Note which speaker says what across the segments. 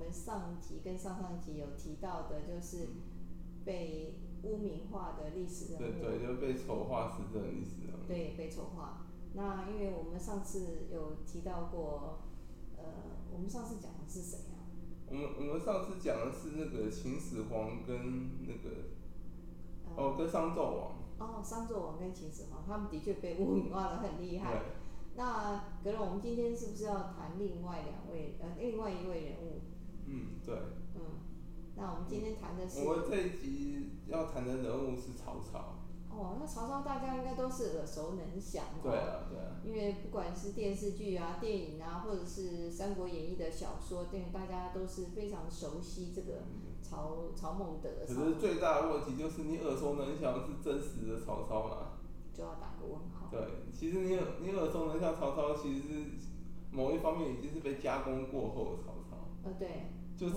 Speaker 1: 们上一集跟上上集有提到的，就是被污名化的历史人
Speaker 2: 对
Speaker 1: 物，
Speaker 2: 对，就被丑化死者的历史啊。
Speaker 1: 对被丑化。那因为我们上次有提到过，呃，我们上次讲的是谁啊？
Speaker 2: 我们我们上次讲的是那个秦始皇跟那个
Speaker 1: 呃、
Speaker 2: 哦跟商纣王，
Speaker 1: 哦，商纣王跟秦始皇，他们的确被污名化的很厉害。
Speaker 2: 对，
Speaker 1: 那格隆，我们今天是不是要谈另外两位呃另外一位人物？
Speaker 2: 嗯对。
Speaker 1: 嗯，那我们今天谈的呃是
Speaker 2: 我们这一集要谈的人物是曹操。
Speaker 1: 哦，那曹操大家应该都是耳熟能详哦。
Speaker 2: 对啊对啊，
Speaker 1: 因为不管是电视剧啊、电影啊，或者是《三国演义》的小说，对大家都是非常熟悉这个
Speaker 2: 嗯
Speaker 1: 曹曹孟德，
Speaker 2: 可
Speaker 1: 曹
Speaker 2: 是最大的问题就是你耳熟能详是真实的曹操嘛？
Speaker 1: 就要打个问号。
Speaker 2: 对，其实你耳你耳熟能详曹操，其实是某一方面已经是被加工过后的曹操，
Speaker 1: 呃，对，
Speaker 2: 就是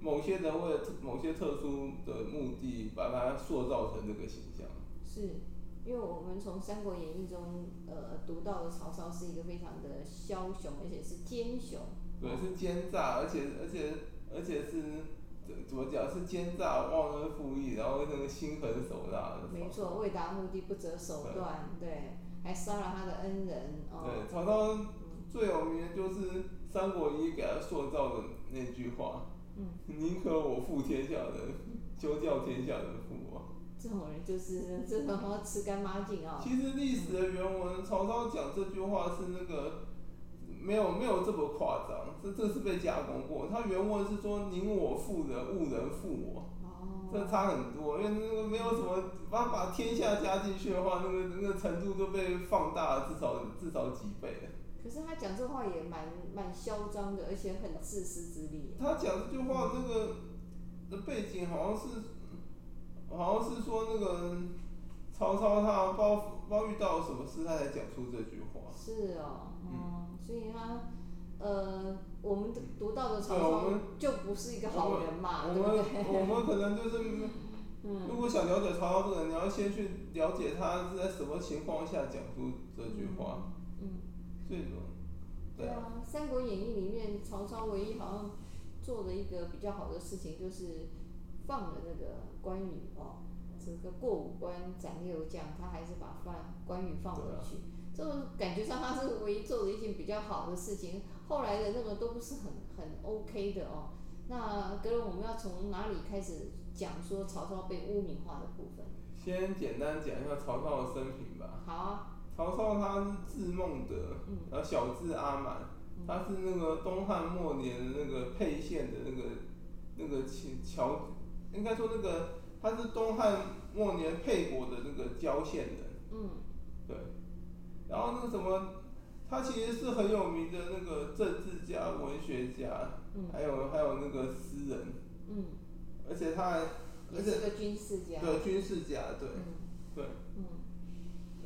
Speaker 2: 某些人为了特某些特殊的目的，把他塑造成这个形象。
Speaker 1: 是因为我们从《三国演义》中呃读到的曹操是一个非常的枭雄，而且是奸雄。哦
Speaker 2: 对，是奸诈，而且而且而且是怎怎么讲？是奸诈、忘恩负义，然后那个心狠手辣的。
Speaker 1: 没错，。为达目的不择手段，对，还杀了他的恩人哦。
Speaker 2: 对，曹操最有名的就是《三国演义》给他塑造的那句话：“
Speaker 1: 嗯
Speaker 2: 宁可我负天下人，休叫天下人负我。”
Speaker 1: 这种人就是 真的要吃干抹净哦。
Speaker 2: 其实历史的原文，曹操讲这句话是那个没有没有这么夸张，这这是被加工过。他原文是说“宁我负人，勿人负我”，这
Speaker 1: 哦，
Speaker 2: 差很多。因为那个没有什么把把天下加进去的话，那个那个程度就被放大了至少至少几倍了。
Speaker 1: 可是他讲这话也蛮蛮嚣张的，而且很自私自利耶。
Speaker 2: 他讲这句话那个的背景好像是，好像是说那个曹操他不知道不知道遇到了什么事，他才讲出这句话。
Speaker 1: 是哦，嗯，所以他呃，我们读到的曹
Speaker 2: 对啊我
Speaker 1: 操
Speaker 2: 们
Speaker 1: 就不是一个好人嘛，
Speaker 2: 我
Speaker 1: 对不嗯对？
Speaker 2: 们我们可能就是，如果想了解曹操这个人，你要先去了解他是在什么情况下讲出这句话。
Speaker 1: 嗯，
Speaker 2: 所以说，对
Speaker 1: 对啊，
Speaker 2: 啊，
Speaker 1: 《三国演义》里面曹操唯一好像做的一个比较好的事情，就是放了那个关羽哦，这个过五关斩六将，他还是把范关羽放回
Speaker 2: 对啊
Speaker 1: 去。这种感觉上，他是唯一做的一件比较好的事情。后来的那个都不是很很 OK 的哦。那格伦，我们要从哪里开始讲说曹操被污名化的部分？
Speaker 2: 先简单讲一下曹操的生平吧。
Speaker 1: 好啊，
Speaker 2: 曹操他是字孟德，
Speaker 1: 嗯
Speaker 2: 然后小字阿满，他是那个东汉末年的那个沛县的那个那个乔乔，应该说那个他是东汉末年沛国的那个郊县人。
Speaker 1: 嗯，
Speaker 2: 对，然后那个什么，他其实是很有名的那个政治家、文学家，
Speaker 1: 嗯
Speaker 2: 还有还有那个诗人，
Speaker 1: 嗯，
Speaker 2: 而且他还，
Speaker 1: 也
Speaker 2: 而
Speaker 1: 是
Speaker 2: 且
Speaker 1: 个军事家，
Speaker 2: 对军事家，对
Speaker 1: 嗯，
Speaker 2: 对，
Speaker 1: 嗯，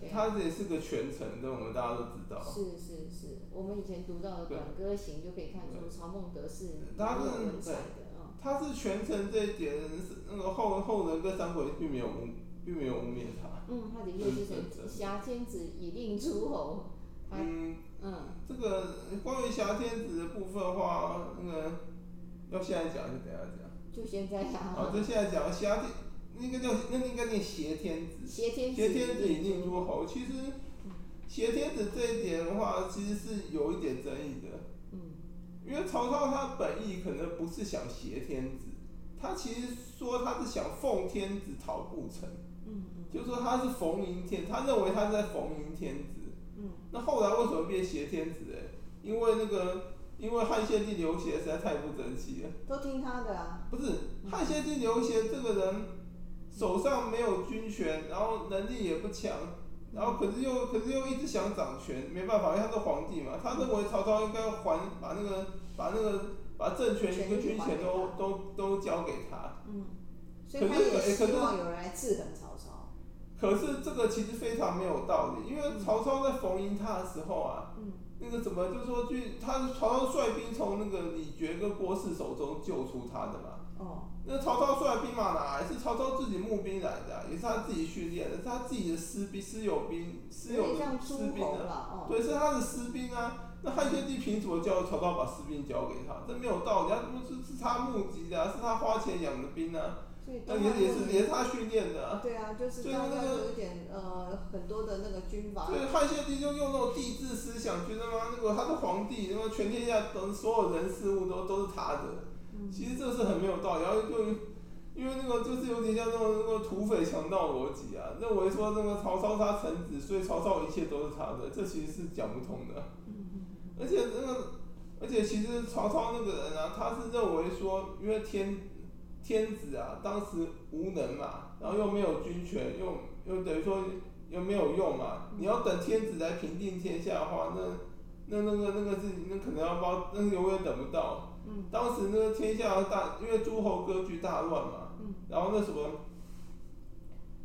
Speaker 1: 对啊。
Speaker 2: 他也是个权臣，这我们大家都知道。
Speaker 1: 是是是，我们以前读到的《
Speaker 2: 对
Speaker 1: 短歌行》就可以看出曹孟德是
Speaker 2: 他
Speaker 1: 蛮有
Speaker 2: 是
Speaker 1: 文采
Speaker 2: 对
Speaker 1: 的啊。
Speaker 2: 他是权臣这一点是那个后后人跟三国并没有污并没有污蔑他。
Speaker 1: 嗯，他的确是
Speaker 2: 嗯对对
Speaker 1: 神挟天子以令诸侯，他
Speaker 2: 嗯，
Speaker 1: 嗯
Speaker 2: 这个关于挟天子的部分的话，那个要现在讲还是等一下讲？
Speaker 1: 就现在
Speaker 2: 好，
Speaker 1: 啊，
Speaker 2: 就现在讲挟天，那个叫那应该念挟天子。
Speaker 1: 挟天子
Speaker 2: 挟
Speaker 1: 以
Speaker 2: 天子以令
Speaker 1: 诸
Speaker 2: 诸侯，其实挟天子这一点的话，其实是有一点争议的，
Speaker 1: 嗯
Speaker 2: 因为曹操他本意可能不是想挟天子，他其实说他是想奉天子讨不成，
Speaker 1: 嗯
Speaker 2: 就是说他是逢迎天，他认为他是在逢迎天子。
Speaker 1: 嗯
Speaker 2: 那后来为什么变挟天子？哎，因为那个因为汉献帝刘协实在太不争气了，
Speaker 1: 嗯，都听他的啊。
Speaker 2: 不是汉献帝刘协这个人手上没有军权，然后能力也不强，然后可是又可是又一直想掌权，没办法，因为他是皇帝嘛，他认为曹操应该还把那个把那个把政权跟军权都都都交给他。
Speaker 1: 嗯，所以
Speaker 2: 可
Speaker 1: 他
Speaker 2: 是
Speaker 1: 也
Speaker 2: 哎
Speaker 1: 希
Speaker 2: 可是
Speaker 1: 望有人来制衡曹操。
Speaker 2: 可是这个其实非常没有道理，因为曹操在逢迎他的时候啊，
Speaker 1: 嗯
Speaker 2: 那个怎么就说去他曹操率兵从那个李傕跟郭汜手中救出他的嘛。
Speaker 1: 哦，
Speaker 2: 那曹操率兵马哪来？是曹操自己募兵来的啊、也是他自己训练的，是他自己的私兵、私有兵、私
Speaker 1: 有
Speaker 2: 有
Speaker 1: 点像
Speaker 2: 的私
Speaker 1: 诸
Speaker 2: 兵
Speaker 1: 侯
Speaker 2: 啊。
Speaker 1: 了哦。
Speaker 2: 对，是他的私兵啊。那汉献帝凭什么叫曹操把士兵交给他？这没有道理，他不是是他募集的、啊，是他花钱养的兵啊，
Speaker 1: 所以
Speaker 2: 那
Speaker 1: 东
Speaker 2: 也
Speaker 1: 汉
Speaker 2: 是也
Speaker 1: 末
Speaker 2: 是
Speaker 1: 年
Speaker 2: 也是他训练的、啊。
Speaker 1: 对啊，就是
Speaker 2: 对
Speaker 1: 大
Speaker 2: 那
Speaker 1: 家
Speaker 2: 个
Speaker 1: 有一点呃很多的那个军阀
Speaker 2: 所，以汉献帝就用那种帝制思想，觉得嘛，那个他是皇帝，那么全天下等所有人事物都都是他的。
Speaker 1: 嗯
Speaker 2: 其实这是很没有道理，然后就因为那个就是有点像那种那个土匪强盗逻辑啊，认为说那个曹操他臣子，所以曹操一切都是他的，这其实是讲不通的。
Speaker 1: 嗯
Speaker 2: 而且那个，而且其实曹操那个人啊，他是认为说，因为天天子啊，当时无能嘛，然后又没有军权，又又等于说又没有用嘛，你要等天子来平定天下的话，那那那个那个是那可能要包，那永远等不到。
Speaker 1: 嗯
Speaker 2: 当时那个天下大，因为诸侯割据大乱嘛，
Speaker 1: 嗯
Speaker 2: 然后那什么，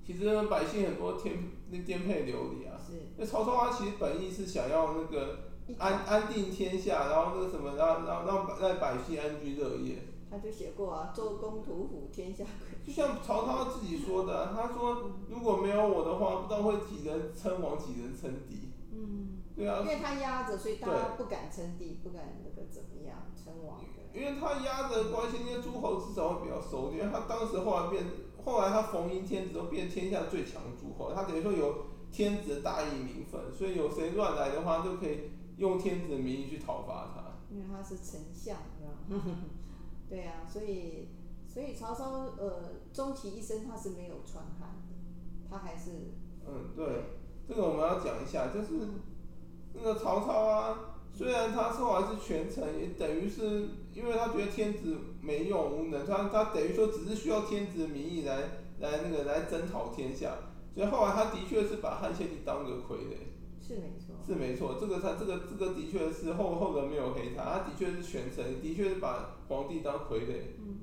Speaker 2: 其实那百姓很多颠那颠沛流离啊。
Speaker 1: 是
Speaker 2: 那曹操他其实本意是想要那个
Speaker 1: 一
Speaker 2: 安安定天下，然后那个什么，让让让百让百姓安居乐业。
Speaker 1: 他就写过啊，周公吐哺，天下归。
Speaker 2: 就像曹操自己说的啊、他说如果没有我的话，不知道会几人称王，几人称帝。
Speaker 1: 嗯，
Speaker 2: 对啊
Speaker 1: 因，为他压着，所以大
Speaker 2: 对
Speaker 1: 家不敢称帝，不敢那个怎么样称王的。
Speaker 2: 因为他压着关系，那些诸侯至少会比较熟，因为他当时后来变，后来他逢迎天子都变天下最强诸侯，他等于说有天子的大义名分，所以有谁乱来的话，就可以用天子的名义去讨伐他。
Speaker 1: 因为他是丞相，你知道 吗对啊，所以所以曹操呃，终其一生他是没有穿汉的，他还是
Speaker 2: 嗯，对，这个我们要讲一下，就是那个曹操啊，虽然他后来是权臣，也等于是因为他觉得天子没用无能，他他等于说只是需要天子的名义来来那个来征讨天下，所以后来他的确是把汉献帝当个傀儡。
Speaker 1: 是没错，
Speaker 2: 是没错，这个他这个这个的确是后后人没有黑他，他的确是权臣，的确是把皇帝当傀儡。
Speaker 1: 嗯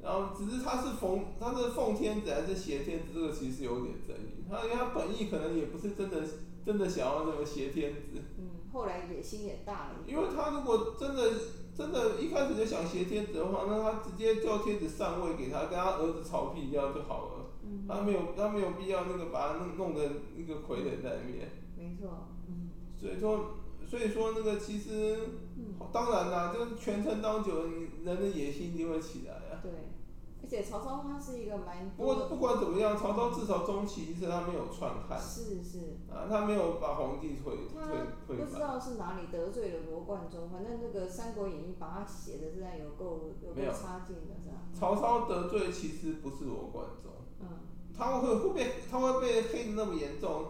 Speaker 2: 然后只是他是奉他是奉天子还是挟天子，这个其实有点争议。他因为他本意可能也不是真的真的想要那个挟天子，
Speaker 1: 嗯，后来野心也大了一点，
Speaker 2: 因为他如果真的真的一开始就想挟天子的话，那他直接叫天子上位给他，跟他儿子曹丕一样就好了。他没有他没有必要那个把他弄弄得那个傀儡在里面。
Speaker 1: 没错，
Speaker 2: 所以说，所以说那个其实，
Speaker 1: 嗯
Speaker 2: 当然啦，就是全程当久了，你人的野心一定会起来啊。
Speaker 1: 对，而且曹操他是一个蛮
Speaker 2: 不过
Speaker 1: 多
Speaker 2: 不管怎么样，曹操至少终其一生他没有篡汉
Speaker 1: 是是，
Speaker 2: 啊，他没有把皇帝推
Speaker 1: 他
Speaker 2: 推
Speaker 1: 啊不
Speaker 2: 推
Speaker 1: 知
Speaker 2: 翻。
Speaker 1: 道是哪里得罪了罗贯中，反正那个《三国演义》把他写的实在有够有
Speaker 2: 没有
Speaker 1: 够差劲的，是吧？
Speaker 2: 曹操得罪其实不是罗贯中，
Speaker 1: 嗯，
Speaker 2: 他会会被他会被黑的那么严重，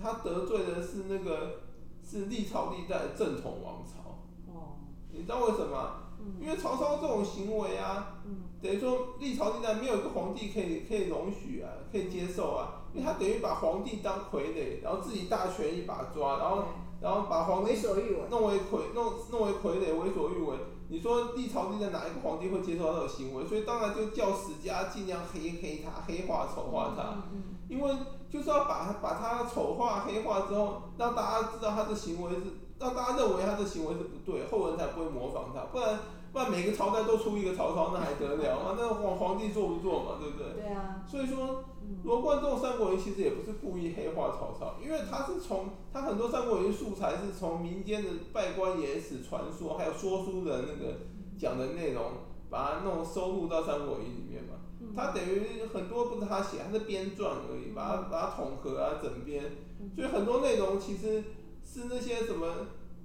Speaker 2: 他得罪的是那个是历朝历代的正统王朝。
Speaker 1: 哦，
Speaker 2: 你知道为什么吗？
Speaker 1: 嗯
Speaker 2: 因为曹操这种行为啊，等于说历朝历代没有一个皇帝可以可以容许啊，可以接受啊，因为他等于把皇帝当傀儡，然后自己大权一把抓，然后然后把皇
Speaker 1: 为
Speaker 2: 帝
Speaker 1: 所欲为，
Speaker 2: 弄为傀弄弄为傀儡，为所欲为。你说历朝历代哪一个皇帝会接受他的行为？所以当然就叫史家尽量黑黑他，黑化丑化他。
Speaker 1: 嗯
Speaker 2: 因为就是要把他把他丑化黑化之后，让大家知道他的行为是，让大家认为他的行为是不对，后人才不会模仿他，不然不然每个朝代都出一个曹操，那还得了嘛？那皇皇帝做不做嘛，对不对？
Speaker 1: 嗯对啊，
Speaker 2: 所以说，罗贯中《三国演义》其实也不是故意黑化曹操，因为他是从他很多《三国演义》素材是从民间的拜官野史传说，还有说书人那个讲的内容，把它弄收录到《三国演义》里面嘛。
Speaker 1: 嗯
Speaker 2: 他等于很多不是他写，他是编撰而已，把它把它统合啊、整编，
Speaker 1: 嗯
Speaker 2: 所以很多内容其实是那些什么，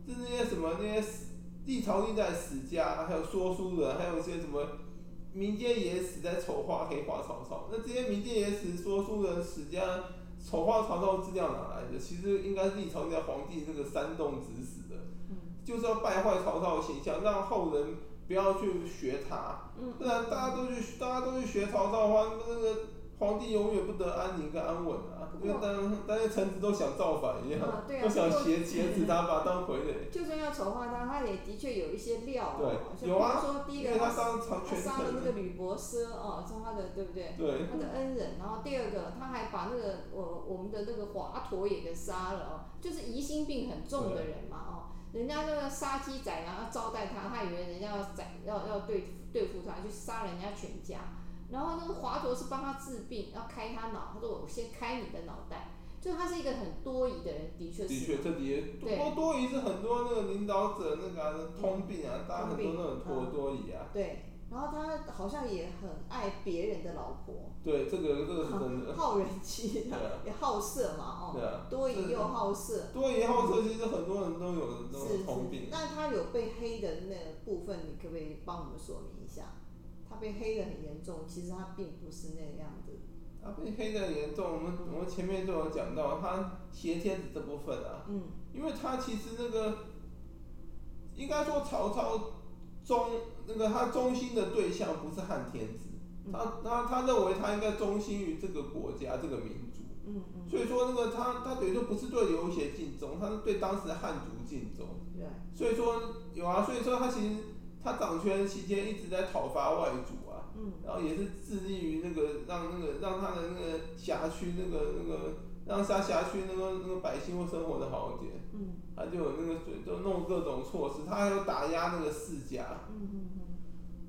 Speaker 2: 是那些什么那些史历朝历代史家，还有说书人，还有一些什么民间野史在丑化黑化曹操。那这些民间野史、说书人、史家丑化曹操的资料哪来的？其实应该是历朝历代皇帝这个煽动指使的，就是要败坏曹操的形象，让后人不要去学他，
Speaker 1: 嗯
Speaker 2: 不然大家都去大家都去学曹操的话，那个皇帝永远不得安宁跟安稳啊！因为当当些臣子都想造反一样，
Speaker 1: 啊对啊
Speaker 2: 都想
Speaker 1: 不过
Speaker 2: 挟挟持他，把他当傀儡。
Speaker 1: 就算要丑化他，他也的确有一些料哦。
Speaker 2: 对
Speaker 1: 像
Speaker 2: 有啊
Speaker 1: 比如说第一
Speaker 2: 因
Speaker 1: 个
Speaker 2: 为他
Speaker 1: 他
Speaker 2: 当朝
Speaker 1: 他
Speaker 2: 权
Speaker 1: 杀了那
Speaker 2: 臣，
Speaker 1: 个吕伯奢哦，是他的对不对？
Speaker 2: 对，
Speaker 1: 他的恩人，然后第二个他还把那个我我们的那个华佗也给杀了哦，就是疑心病很重的人嘛哦，
Speaker 2: 嗯
Speaker 1: 人家那个杀鸡宰羊要招待他，他以为人家要宰要要对付对付他，就杀人家全家。然后那个华佗是帮他治病，要开他脑，他说我先开你的脑袋，就他是一个很多疑的人，的确
Speaker 2: 的
Speaker 1: 是
Speaker 2: 确，这里也
Speaker 1: 对
Speaker 2: 多多疑是很多那个领导者那个、啊、通病啊，大家很多那种
Speaker 1: 通
Speaker 2: 多多疑啊。
Speaker 1: 对。然后他好像也很爱别人的老婆，
Speaker 2: 对，这个这个是真的。
Speaker 1: 好人妻
Speaker 2: 对啊，
Speaker 1: 也好色嘛，
Speaker 2: 对啊
Speaker 1: 哦，，多疑又好色，
Speaker 2: 多疑好色，其实很多人都有的那
Speaker 1: 是
Speaker 2: 种通病。啊
Speaker 1: 那他有被黑的那个部分，你可不可以帮我们说明一下？他被黑的很严重，其实他并不是那样子。
Speaker 2: 他啊被黑的严重，我们我们前面就有讲到他挟天子这部分啊，
Speaker 1: 嗯
Speaker 2: 因为他其实那个应该说曹操忠那个他忠心的对象不是汉天子，
Speaker 1: 嗯
Speaker 2: 他他他认为他应该忠心于这个国家这个民族，
Speaker 1: 嗯嗯，
Speaker 2: 所以说那个他他等于说不是对刘协尽忠，他是对当时的汉族尽忠。
Speaker 1: 对，
Speaker 2: 所以说有啊，所以说他其实他掌权期间一直在讨伐外族啊，
Speaker 1: 嗯
Speaker 2: 然后也是致力于那个让那个让他的那个辖区那个那个让他辖区那个那个百姓会生活的好一点，
Speaker 1: 嗯
Speaker 2: 他就有那个所以就弄各种措施，他还有打压那个世家，
Speaker 1: 嗯嗯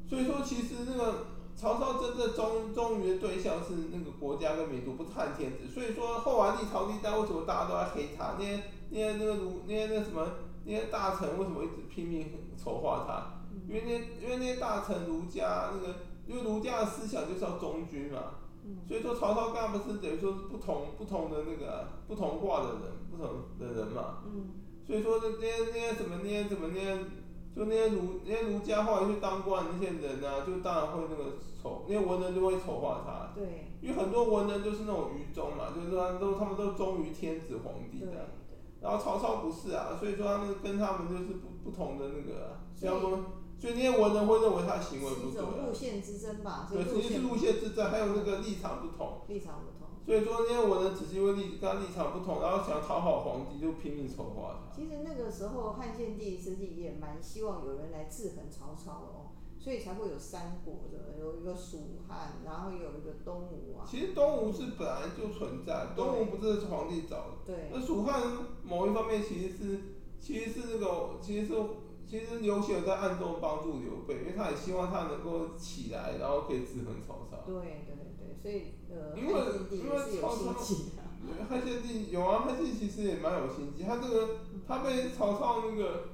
Speaker 2: 所以说其实那个。曹操真正忠忠于的对象是那个国家跟民族，不是汉天子。所以说后来历朝历代为什么大家都在黑他？那些那些那个儒那些那什么那些大臣为什么一直拼命丑化他？
Speaker 1: 嗯
Speaker 2: 因为那因为那些大臣儒家那个，因为儒家的思想就是要忠君嘛，
Speaker 1: 嗯
Speaker 2: 所以说曹操跟他们是等于说是不同不同的那个啊、不同卦的人，不同的人嘛，
Speaker 1: 嗯
Speaker 2: 所以说那那些那些什么那些什么那些，就那些儒那些儒家后来去当官的那些人啊，就当然会那个丑，那些文人就会丑化他，
Speaker 1: 嗯，对
Speaker 2: 因为很多文人就是那种愚忠嘛，就是说他们都他们都忠于天子皇帝
Speaker 1: 对
Speaker 2: 的啊，
Speaker 1: 对，
Speaker 2: 然后曹操不是啊，所以说他们跟他们就是不不同的那个、啊，
Speaker 1: 所以
Speaker 2: 要不所以那些文人会认为他
Speaker 1: 是
Speaker 2: 行为不
Speaker 1: 一
Speaker 2: 对、
Speaker 1: 种路
Speaker 2: 啊，
Speaker 1: 线之争吧，所以
Speaker 2: 对，
Speaker 1: 路
Speaker 2: 其实是
Speaker 1: 线
Speaker 2: 路线之争，还有那个立场不同，
Speaker 1: 立场不同。
Speaker 2: 所以说那些文人只是因为立跟他立场不同，然后想讨好皇帝就拼命丑化他。
Speaker 1: 其实那个时候汉献帝其实也蛮希望有人来制衡曹操的哦，所以才会有三国的，有一个蜀汉，然后有一个东吴啊，
Speaker 2: 其实东吴是本来就存在，
Speaker 1: 对
Speaker 2: 东吴不是皇帝找的，
Speaker 1: 对，
Speaker 2: 那蜀汉某一方面其实是其实是那个其实是。其实刘协有在暗中帮助刘备，因为他也希望他能够起来，然后可以制衡曹操。
Speaker 1: 对对对，所以呃，
Speaker 2: 因为
Speaker 1: 汉献帝
Speaker 2: 因
Speaker 1: 也
Speaker 2: 为
Speaker 1: 是有
Speaker 2: 曹
Speaker 1: 心
Speaker 2: 操
Speaker 1: 计的，
Speaker 2: 汉献帝有啊，汉献帝其实也蛮有心机。他这个他被曹操那个，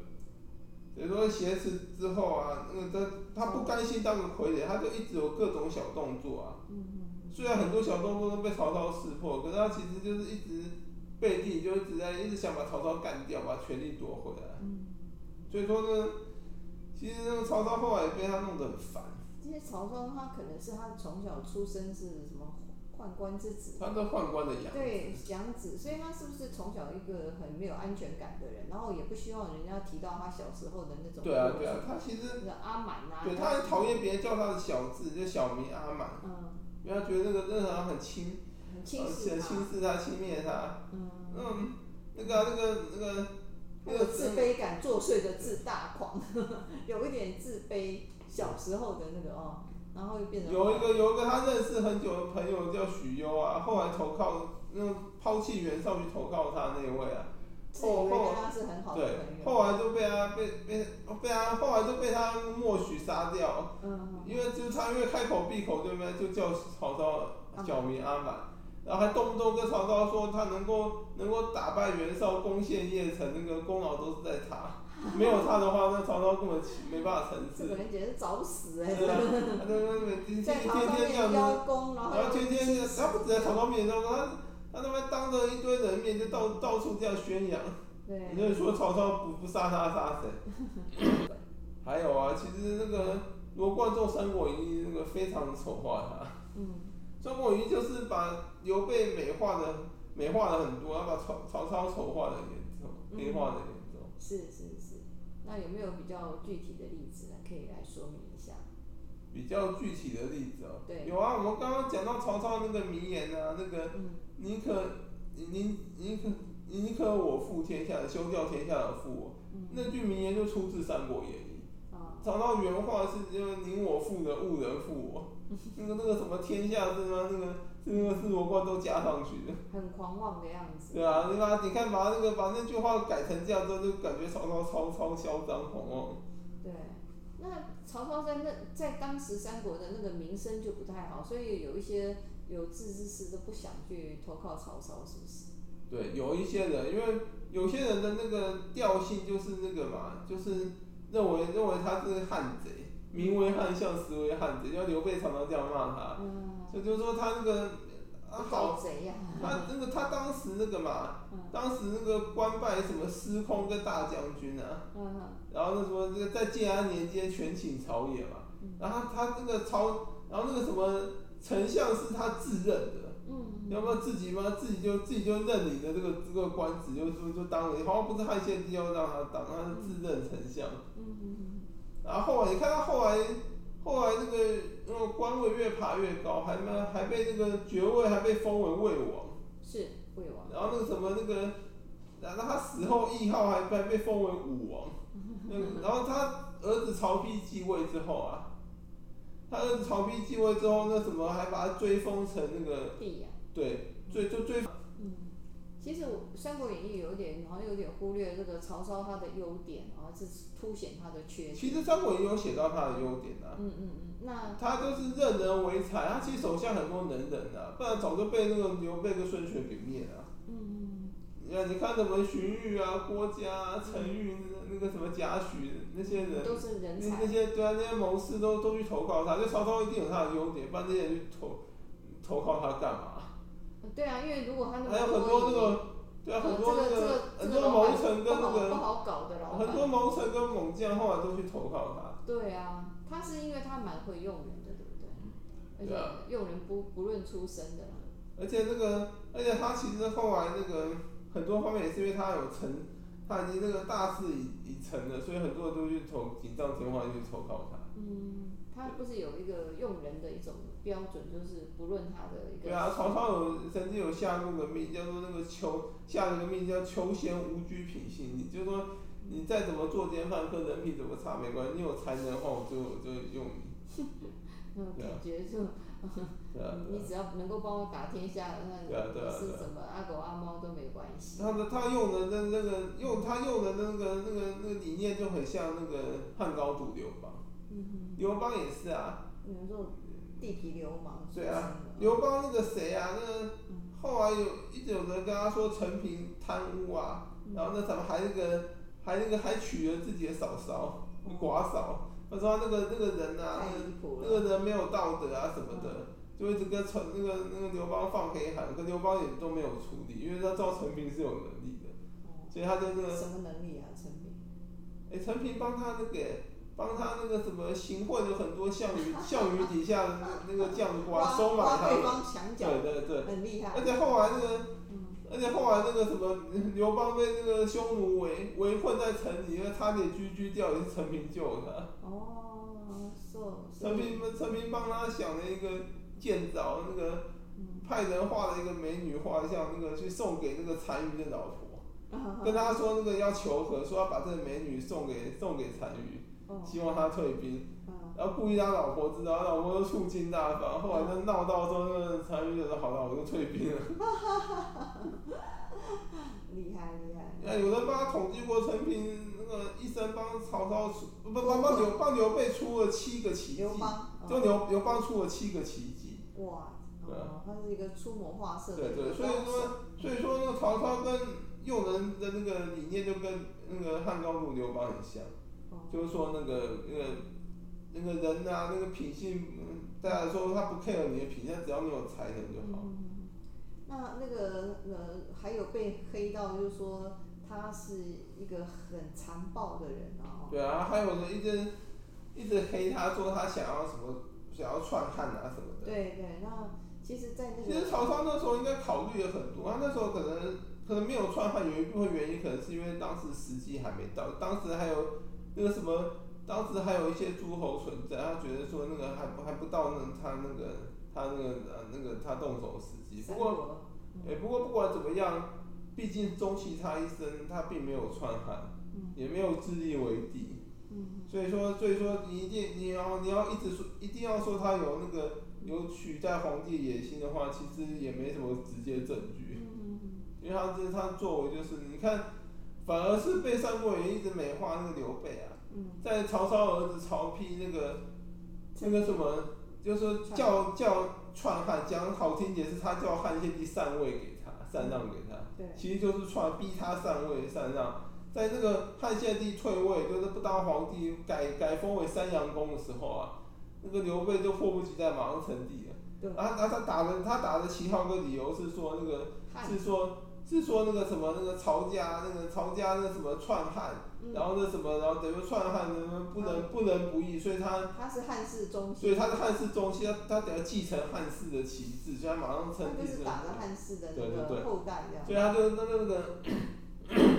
Speaker 2: 也说挟持之后啊，那个他他不甘心当个傀儡，他就一直有各种小动作啊。
Speaker 1: 嗯
Speaker 2: 虽然很多小动作都被曹操识破，可是他其实就是一直背地就一直在一直想把曹操干掉，把权力夺回来。
Speaker 1: 嗯，
Speaker 2: 所以说呢，其实那个曹操后来也被他弄得很烦，
Speaker 1: 这些曹操他可能是他从小出生是什么宦官之子，
Speaker 2: 他这宦官的样
Speaker 1: 对
Speaker 2: 子。
Speaker 1: 养子，所以他是不是从小一个很没有安全感的人，然后也不希望人家提到他小时候的那种，
Speaker 2: 对啊，对啊，，他其实
Speaker 1: 那个阿满啊，
Speaker 2: 对他很讨厌别人叫他的小字，就小名阿满。
Speaker 1: 嗯，
Speaker 2: 不要觉得那个任何人很轻，
Speaker 1: 很轻
Speaker 2: 呃
Speaker 1: 视
Speaker 2: 很
Speaker 1: 他，
Speaker 2: 轻视他、轻蔑他。
Speaker 1: 嗯，
Speaker 2: 嗯，那个啊、那个那个
Speaker 1: 还
Speaker 2: 那
Speaker 1: 有
Speaker 2: 个
Speaker 1: 自卑感作祟的自大狂， 有一点自卑，小时候的那个哦，然后又变成
Speaker 2: 有一个有一个他认识很久的朋友叫许攸啊，后来投靠那个抛弃袁绍去投靠他那位啊，
Speaker 1: 自以为
Speaker 2: 后
Speaker 1: 跟他是很好的
Speaker 2: 对
Speaker 1: 朋，友，
Speaker 2: 后来就被他被被被他后来就被他默许杀掉，
Speaker 1: 嗯。
Speaker 2: 因为就是他因为开口闭口对不对，就叫曹操小名阿满。然后还动不动跟曹操说他能够能够打败袁绍、攻陷邺城，那个功劳都是在他，没有他的话，那曹操根本起没办法成
Speaker 1: 嗯这个
Speaker 2: 事。
Speaker 1: 人简直找死哎、
Speaker 2: 对啊，他那那那天天
Speaker 1: 在
Speaker 2: 天
Speaker 1: 朝上
Speaker 2: 这样
Speaker 1: 面
Speaker 2: 子，
Speaker 1: 邀功，然
Speaker 2: 然
Speaker 1: 后
Speaker 2: 后天天这样他不止在曹操面前说，他他他妈当着一堆人面就到到处这样宣扬，你
Speaker 1: 对，
Speaker 2: 就说曹操不不杀他杀谁？ 还有啊，其实那个罗贯中《三国演义》那个非常丑化他。
Speaker 1: 嗯，
Speaker 2: 张国瑜就是把刘备美化的美化了很多，他把曹曹操丑化的严重，
Speaker 1: 嗯
Speaker 2: 黑化的严重。
Speaker 1: 是是是。那有没有比较具体的例子呢？可以来说明一下？
Speaker 2: 比较具体的例子哦，
Speaker 1: 对
Speaker 2: 有啊，我们刚刚讲到曹操那个名言啊，那个
Speaker 1: 嗯
Speaker 2: 宁可宁宁可宁可我负天下，休掉天下的负我，
Speaker 1: 嗯
Speaker 2: 那句名言就出自《三国演义》。
Speaker 1: 啊，
Speaker 2: 曹操原话是就是宁我负人，勿人负我。 那个那个什么天下是吗？那个是那个是罗贯中加上去的。
Speaker 1: 很狂妄的样子。
Speaker 2: 对啊，你把你看把那个把那句话改成这样之后，就感觉曹操超超嚣张狂妄。
Speaker 1: 对。那曹操在那在当时三国的那个名声就不太好，所以有一些有志之士都不想去投靠曹操，是不是？
Speaker 2: 对，有一些人，因为有些人的那个调性就是那个嘛，就是认为认为他是汉贼，民为汉相，实为汉贼，就刘备常常这样骂他，
Speaker 1: 嗯，
Speaker 2: 所以就是说他那个啊好啊
Speaker 1: 搞贼呀、
Speaker 2: 他那个他当时那个嘛
Speaker 1: 嗯，
Speaker 2: 当时那个官拜什么司空跟大将军啊，
Speaker 1: 嗯
Speaker 2: 然后那什么那个在建安年间权倾朝野嘛
Speaker 1: 嗯，
Speaker 2: 然后他他那个朝，然后那个什么丞相是他自认的，
Speaker 1: 嗯，
Speaker 2: 要不然自己嘛自己就自己就认领的这个这个官职，就就就当了，好像不是汉献帝要让他当，他是自认丞相。
Speaker 1: 嗯，
Speaker 2: 然后后来你看他后来，后来那个那个官位越爬越高，还嘛还被那个爵位还被封为魏王。
Speaker 1: 是啊魏王，
Speaker 2: 然后那个什么那个，然后他死后谥号还被被封为武王，那个然后他儿子曹丕继位之后啊，他儿子曹丕继位之后，那什么还把他追封成那个
Speaker 1: 帝呀、
Speaker 2: 对追就追
Speaker 1: 嗯，啊其实我《三国演义》有点好像有点忽略这个曹操他的优点啊，是凸显他的缺点。
Speaker 2: 其实三国也有写到他的优点啊，
Speaker 1: 嗯嗯嗯，那
Speaker 2: 他就是任人唯才，他其实手下很多能人啊，不然早就被那个刘备跟孙权给灭了啊。
Speaker 1: 嗯
Speaker 2: 你看，你看什么荀彧啊、郭嘉、啊、陈馀、那个什么贾诩那些人，
Speaker 1: 嗯都是人
Speaker 2: 那
Speaker 1: 才
Speaker 2: 那。些对啊，那些谋士都都去投靠他，就曹操一定有他的优点，不然那些人去投投靠他干嘛？
Speaker 1: 对啊，因为如果他那么
Speaker 2: 还有很多那个，
Speaker 1: 嗯
Speaker 2: 对啊，很多那
Speaker 1: 这个这
Speaker 2: 很
Speaker 1: 个
Speaker 2: 多谋臣
Speaker 1: 不
Speaker 2: 跟那
Speaker 1: 好不
Speaker 2: 个
Speaker 1: 好搞的老
Speaker 2: 很
Speaker 1: 板。
Speaker 2: 多谋臣跟猛将后来都去投靠他，
Speaker 1: 对啊，他是因为他蛮会用人的，对不对？而
Speaker 2: 对
Speaker 1: 且用人不不论出身的啦。
Speaker 2: 而且那个而且他其实后来那个很多方面也是因为他有成，他已经那个大势已已成了，所以很多人都去投锦上添花就去投靠他。
Speaker 1: 嗯，他不是有一个用人的一种标准，就是不论他的一个。
Speaker 2: 对啊，曹操有曾经有下过个命，叫做那个求下了个命叫“求贤无拘品性”，你就说你再怎么作奸犯科，人品怎么差没关系，你有才能的话，我就我就用你。
Speaker 1: 那种
Speaker 2: 啊
Speaker 1: 感觉就，
Speaker 2: 对啊，对
Speaker 1: 嗯你
Speaker 2: 啊
Speaker 1: 只要能够帮我打天下，那
Speaker 2: 对啊对
Speaker 1: 你
Speaker 2: 啊
Speaker 1: 是
Speaker 2: 对啊
Speaker 1: 什么阿狗阿猫都没关系。
Speaker 2: 他的他用的那那个用他用的那个那个那个理念就很像那个汉高祖刘邦，
Speaker 1: 嗯，
Speaker 2: 刘邦也是啊，
Speaker 1: 你们这种地痞流氓。
Speaker 2: 对啊
Speaker 1: 是不是，
Speaker 2: 刘邦那个谁啊，那个
Speaker 1: 嗯
Speaker 2: 后来有一直有人跟他说陈平贪污啊，
Speaker 1: 嗯
Speaker 2: 然后那咱们还那个还那个还娶了自己的嫂嫂，寡嫂。他说他那个那个人啊，
Speaker 1: 太离
Speaker 2: 那
Speaker 1: 谱了。
Speaker 2: 个那个人没有道德啊什么
Speaker 1: 嗯
Speaker 2: 的，就一直跟陈那个那个刘邦放黑函，跟刘邦也都没有处理，因为他知道陈平是有能力的，所以他就那
Speaker 1: 哦
Speaker 2: 个
Speaker 1: 什么能力啊，陈平？
Speaker 2: 哎陈平帮他那个帮他那个什么行贿了很多项羽项羽底下的那那个将官收买
Speaker 1: 挖
Speaker 2: 他
Speaker 1: 对
Speaker 2: 们，
Speaker 1: 方墙角，
Speaker 2: 对对对，哎
Speaker 1: 很厉害
Speaker 2: 而。且后来那个
Speaker 1: 嗯，
Speaker 2: 而且后来那个什么 刘邦被那个匈奴围围困在城里，因为差点居居掉，也是陈平救的。
Speaker 1: 哦，so- 所
Speaker 2: 陈
Speaker 1: 以
Speaker 2: 平陈平帮他想了一个建造，那个
Speaker 1: 嗯
Speaker 2: 派人画了一个美女画像，那个去送给那个单于的老婆，
Speaker 1: 啊
Speaker 2: 跟他说那个要求和，说要把这个美女送给送给单于，
Speaker 1: 哦，
Speaker 2: 希望他退兵，
Speaker 1: 嗯
Speaker 2: 然后故意让老婆知道，老婆就醋劲大发，后来就闹到说那个单于就说好了，我就退兵了。
Speaker 1: 厉害厉害。
Speaker 2: 那有人帮他统计过，陈平那个一生帮曹操出，不不帮帮刘帮刘备出了七个奇迹，
Speaker 1: 刘邦，
Speaker 2: 就
Speaker 1: 哦
Speaker 2: 刘刘邦出了七个奇迹。
Speaker 1: 哇，
Speaker 2: 对
Speaker 1: 哦，他是一个出谋划
Speaker 2: 对
Speaker 1: 策的一
Speaker 2: 对，
Speaker 1: 个
Speaker 2: 所以
Speaker 1: 高手。
Speaker 2: 说所以说那个曹操跟用人的那个理念就跟那个汉高祖刘邦很像，
Speaker 1: 哦
Speaker 2: 就是说那个那个那个人啊，那个品性，嗯大家说他不 care 你的品性，只要你有才能就好。
Speaker 1: 嗯，那那个呃，还有被黑到，就是说他是一个很残暴的人啊、哦。
Speaker 2: 对啊，还有人一直一直黑他说他想要什么，想要篡汉啊什么的。
Speaker 1: 对对，那其实，在那
Speaker 2: 其实
Speaker 1: 个
Speaker 2: 曹操那时候应该考虑了很多，他那时候可能可能没有篡汉，有一部分原因可能是因为当时时机还没到，当时还有那个什么，当时还有一些诸侯存在，他觉得说那个还不还不到那他那个他那个呃那个他动手时机。不
Speaker 1: 三
Speaker 2: 过
Speaker 1: 国，
Speaker 2: 哎、不过不管怎么样，毕竟终其他一生他并没有篡汉，
Speaker 1: 嗯
Speaker 2: 也没有自立为帝。
Speaker 1: 嗯，
Speaker 2: 所以说，所以说你一定你要你要一直说，一定要说他有那个有取代皇帝野心的话，其实也没什么直接证据，
Speaker 1: 嗯
Speaker 2: 因为他这他作为就是你看，反而是被三国演义一直美化那个刘备啊，
Speaker 1: 嗯，
Speaker 2: 在曹操儿子曹丕那个那个什么，就是说叫叫篡汉，讲好听点是他叫汉献帝禅位给他，禅让给他，
Speaker 1: 对，
Speaker 2: 其实就是篡逼他禅位禅让。在那个汉献帝退位，就是不当皇帝，改改封为山阳公的时候啊，那个刘备就迫不及待马上称帝了。
Speaker 1: 对
Speaker 2: 然后，然后他打的他打的旗号跟理由是说那个
Speaker 1: 汉
Speaker 2: 是说是说那个什么那个曹家那个曹家那什么篡汉，
Speaker 1: 嗯
Speaker 2: 然后那什么然后等于篡汉呢不能不能不义，所以他
Speaker 1: 他是汉室中
Speaker 2: 所以
Speaker 1: 心，
Speaker 2: 他是汉室中心，他他等于继承汉室的旗帜，所以他马上
Speaker 1: 他
Speaker 2: 称
Speaker 1: 就
Speaker 2: 帝
Speaker 1: 是
Speaker 2: 是
Speaker 1: 打着汉室的那
Speaker 2: 对对
Speaker 1: 个
Speaker 2: 对
Speaker 1: 后代这样，
Speaker 2: 所以他就那个那个，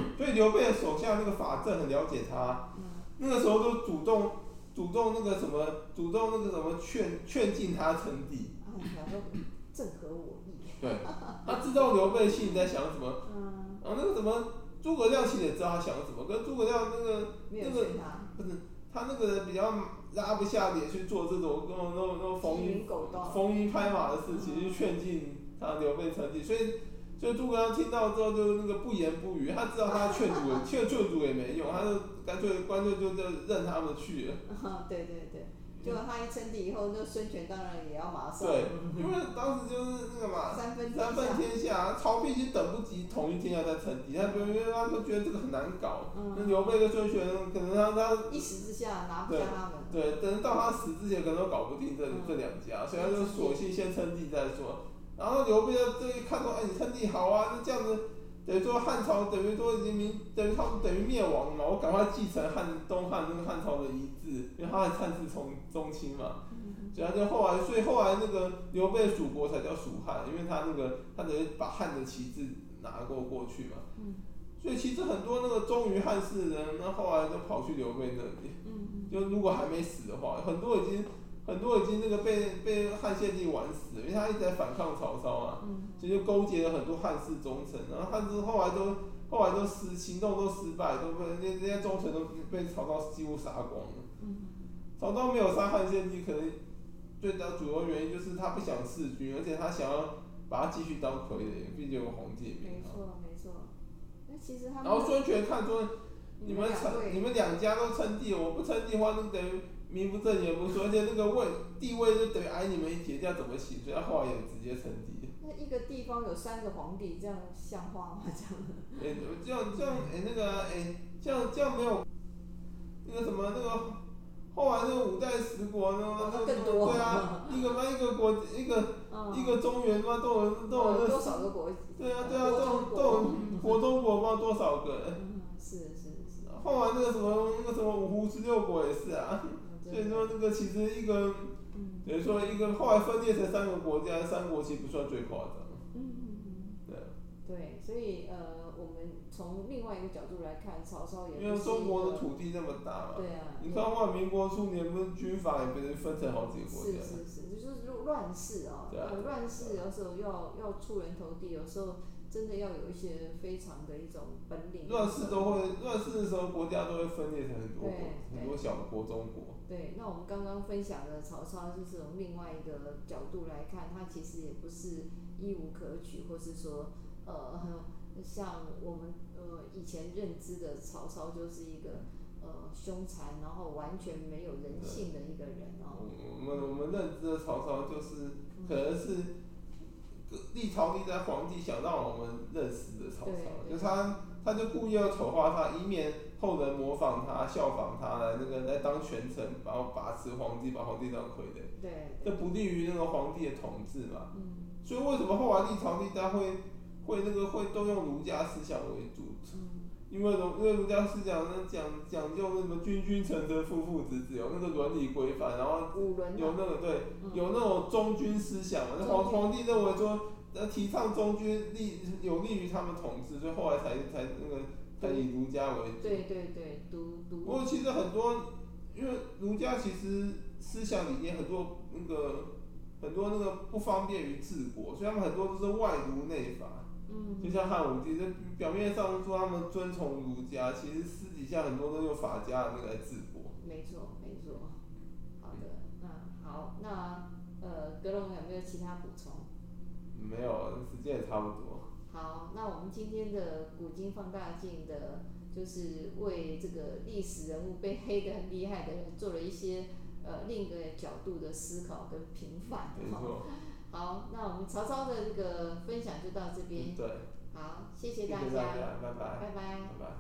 Speaker 2: 所以刘备的手下那个法正很了解他，
Speaker 1: 嗯，
Speaker 2: 那个时候就主动主动那个什么，主动那个什么劝劝进他称帝。
Speaker 1: 啊，想说正合我意，
Speaker 2: 对，他知道刘备心里在想什么，
Speaker 1: 嗯，
Speaker 2: 然后那个什么诸葛亮其实也知道他想什么，可是诸葛亮那个
Speaker 1: 没有选他，
Speaker 2: 不是他那个人比较拉不下脸去做这种那种那种那种逢
Speaker 1: 鸡
Speaker 2: 迎
Speaker 1: 鸣狗盗，
Speaker 2: 逢迎拍马的事情，
Speaker 1: 嗯
Speaker 2: 去劝进他刘备称帝，所以所以诸葛亮听到之后就那个不言不语，他知道他劝阻也劝劝阻也没用，他就干脆干脆就就任他们去了。
Speaker 1: 啊， 对对对，结果他一称帝以后，那孙权当然也要马上
Speaker 2: 嗯对，因为当时就是那个嘛。
Speaker 1: 三嗯分
Speaker 2: 三分
Speaker 1: 天下，
Speaker 2: 天下，曹丕已经等不及统一天下再称帝，他因为他就觉得这个很难搞。那
Speaker 1: 嗯，
Speaker 2: 刘备跟孙权可能他他
Speaker 1: 一时之下拿不下他们，
Speaker 2: 对，等到他死之前可能都搞不定这、
Speaker 1: 嗯
Speaker 2: 这两家，所以他就索性先称帝再说。然后刘备这一看说，哎，你称帝好啊，那这样子，等于说汉朝等于说已经明，等于他们等于灭亡嘛，我赶快继承汉东汉那个汉朝的遗志，因为他还汉室从宗亲嘛。
Speaker 1: 嗯
Speaker 2: 所以他就后来，所以后来那个刘备蜀国才叫蜀汉，因为他那个他等于把汉的旗帜拿过过去嘛。
Speaker 1: 嗯
Speaker 2: 所以其实很多那个忠于汉室的人，那后来就跑去刘备那里。
Speaker 1: 嗯，
Speaker 2: 就如果还没死的话，很多已经很多已经那个被被汉献帝玩死了，因为他一直在反抗曹操啊，
Speaker 1: 嗯，
Speaker 2: 所以就勾结了很多汉室忠臣，然后汉室后来都后来都失行动都失败，都被那那些忠臣都被曹操几乎杀光了。
Speaker 1: 嗯，
Speaker 2: 曹操没有杀汉献帝，可能最大主要原因就是他不想弑君，而且他想要把他继续当傀儡，毕竟有个皇帝的
Speaker 1: 没
Speaker 2: 名号。
Speaker 1: 错没错，那其实他
Speaker 2: 啊然
Speaker 1: 们
Speaker 2: 后孙权看出
Speaker 1: 你
Speaker 2: 你们
Speaker 1: 两
Speaker 2: 称你
Speaker 1: 位，
Speaker 2: 们两家都称帝，我不称帝的话，那等于名不正言不顺，而且那个位地位就等于矮你们一截，这样怎么行？所以他后来也直接称帝。
Speaker 1: 那一个地方有三个皇帝，这样像话吗？这 样，
Speaker 2: 哎、这样这样哎、那个哎、这样这样没有那个什么那个后来那个五代十国呢，
Speaker 1: 哦
Speaker 2: 那个
Speaker 1: 更多
Speaker 2: 对 啊，一个妈一个国一个、一
Speaker 1: 嗯，
Speaker 2: 个中原嘛都有都
Speaker 1: 多
Speaker 2: 有那
Speaker 1: 少个国？呃
Speaker 2: 对啊对啊都有
Speaker 1: 中
Speaker 2: 都有
Speaker 1: 国，
Speaker 2: 国中国嘛多少个？
Speaker 1: 嗯，是是是，
Speaker 2: 后来那个什么那个什么五胡十六国也是啊，所以说那个其实一个。
Speaker 1: 嗯
Speaker 2: 等于说一个后来分裂成三个国家，三国其实不算最夸张，
Speaker 1: 嗯嗯嗯。
Speaker 2: 对，
Speaker 1: 对，所以呃，我们从另外一个角度来看，曹操也不
Speaker 2: 因为
Speaker 1: 是
Speaker 2: 中
Speaker 1: 一
Speaker 2: 国的
Speaker 1: 个
Speaker 2: 土地那么大嘛，
Speaker 1: 对啊，
Speaker 2: 你看后来民国初年不是军阀也被分成好几个国
Speaker 1: 是
Speaker 2: 家，
Speaker 1: 是是，就是乱乱世啊，
Speaker 2: 啊对啊
Speaker 1: 呃乱世有时候要要出人头地，有时候真的要有一些非常的一种本领。
Speaker 2: 乱世都会乱世的时候国家都会分裂成很多国
Speaker 1: 对，
Speaker 2: 很多小国中国，
Speaker 1: 对，那我们刚刚分享的曹操，就是从另外一个角度来看，他其实也不是一无可取，或是说，呃，像我们呃以前认知的曹操就是一个呃凶残，然后完全没有人性的一个人
Speaker 2: 我
Speaker 1: 哦。
Speaker 2: 我们我们认知的曹操就是可
Speaker 1: 嗯
Speaker 2: 能是历朝历代皇帝想让我们认识的曹操，
Speaker 1: 对
Speaker 2: 就是他他就故意要丑化他，以免后人模仿他、效仿他来那个来当权臣，然后把持皇帝，把皇帝当傀儡，
Speaker 1: 对，
Speaker 2: 这不利于那个皇帝的统治嘛。
Speaker 1: 嗯
Speaker 2: 所以为什么后来历朝历代会会那个会都用儒家思想为主？
Speaker 1: 嗯，
Speaker 2: 因为儒因为儒家思想呢讲讲究那什么君君臣臣父父子子有那个伦理规范，然后
Speaker 1: 五轮
Speaker 2: 有
Speaker 1: 啊
Speaker 2: 那个对。
Speaker 1: 嗯
Speaker 2: 有那种忠君思想嘛，那皇
Speaker 1: 忠君
Speaker 2: 皇帝认为说，呃，提倡忠君利有利于他们统治，所以后来才才那个才以儒家为主。
Speaker 1: 对对对，读
Speaker 2: 不
Speaker 1: 读
Speaker 2: 过其实很多，因为儒家其实思想理念很多那个很多那个不方便于治国，所以他们很多都是外儒内法。
Speaker 1: 嗯
Speaker 2: 就像汉武帝，这表面上说他们遵从儒家，其实私底下很多都用法家的那个来治国。
Speaker 1: 没错，没错。好的，那好，那呃，格隆有没有其他补充？
Speaker 2: 没有，时间也差不多。
Speaker 1: 好，那我们今天的古今放大镜的，就是为这个历史人物被黑得很厉害的人做了一些呃另一个角度的思考跟评判。
Speaker 2: 没
Speaker 1: 哈
Speaker 2: 错，
Speaker 1: 好，那我们曹操的这个分享就到这边
Speaker 2: 嗯，对，
Speaker 1: 好，谢
Speaker 2: 谢
Speaker 1: 谢
Speaker 2: 谢
Speaker 1: 大
Speaker 2: 大
Speaker 1: 家，
Speaker 2: 家，拜拜，
Speaker 1: 拜拜
Speaker 2: 拜拜。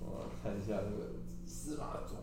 Speaker 2: 我看一下这个司马祖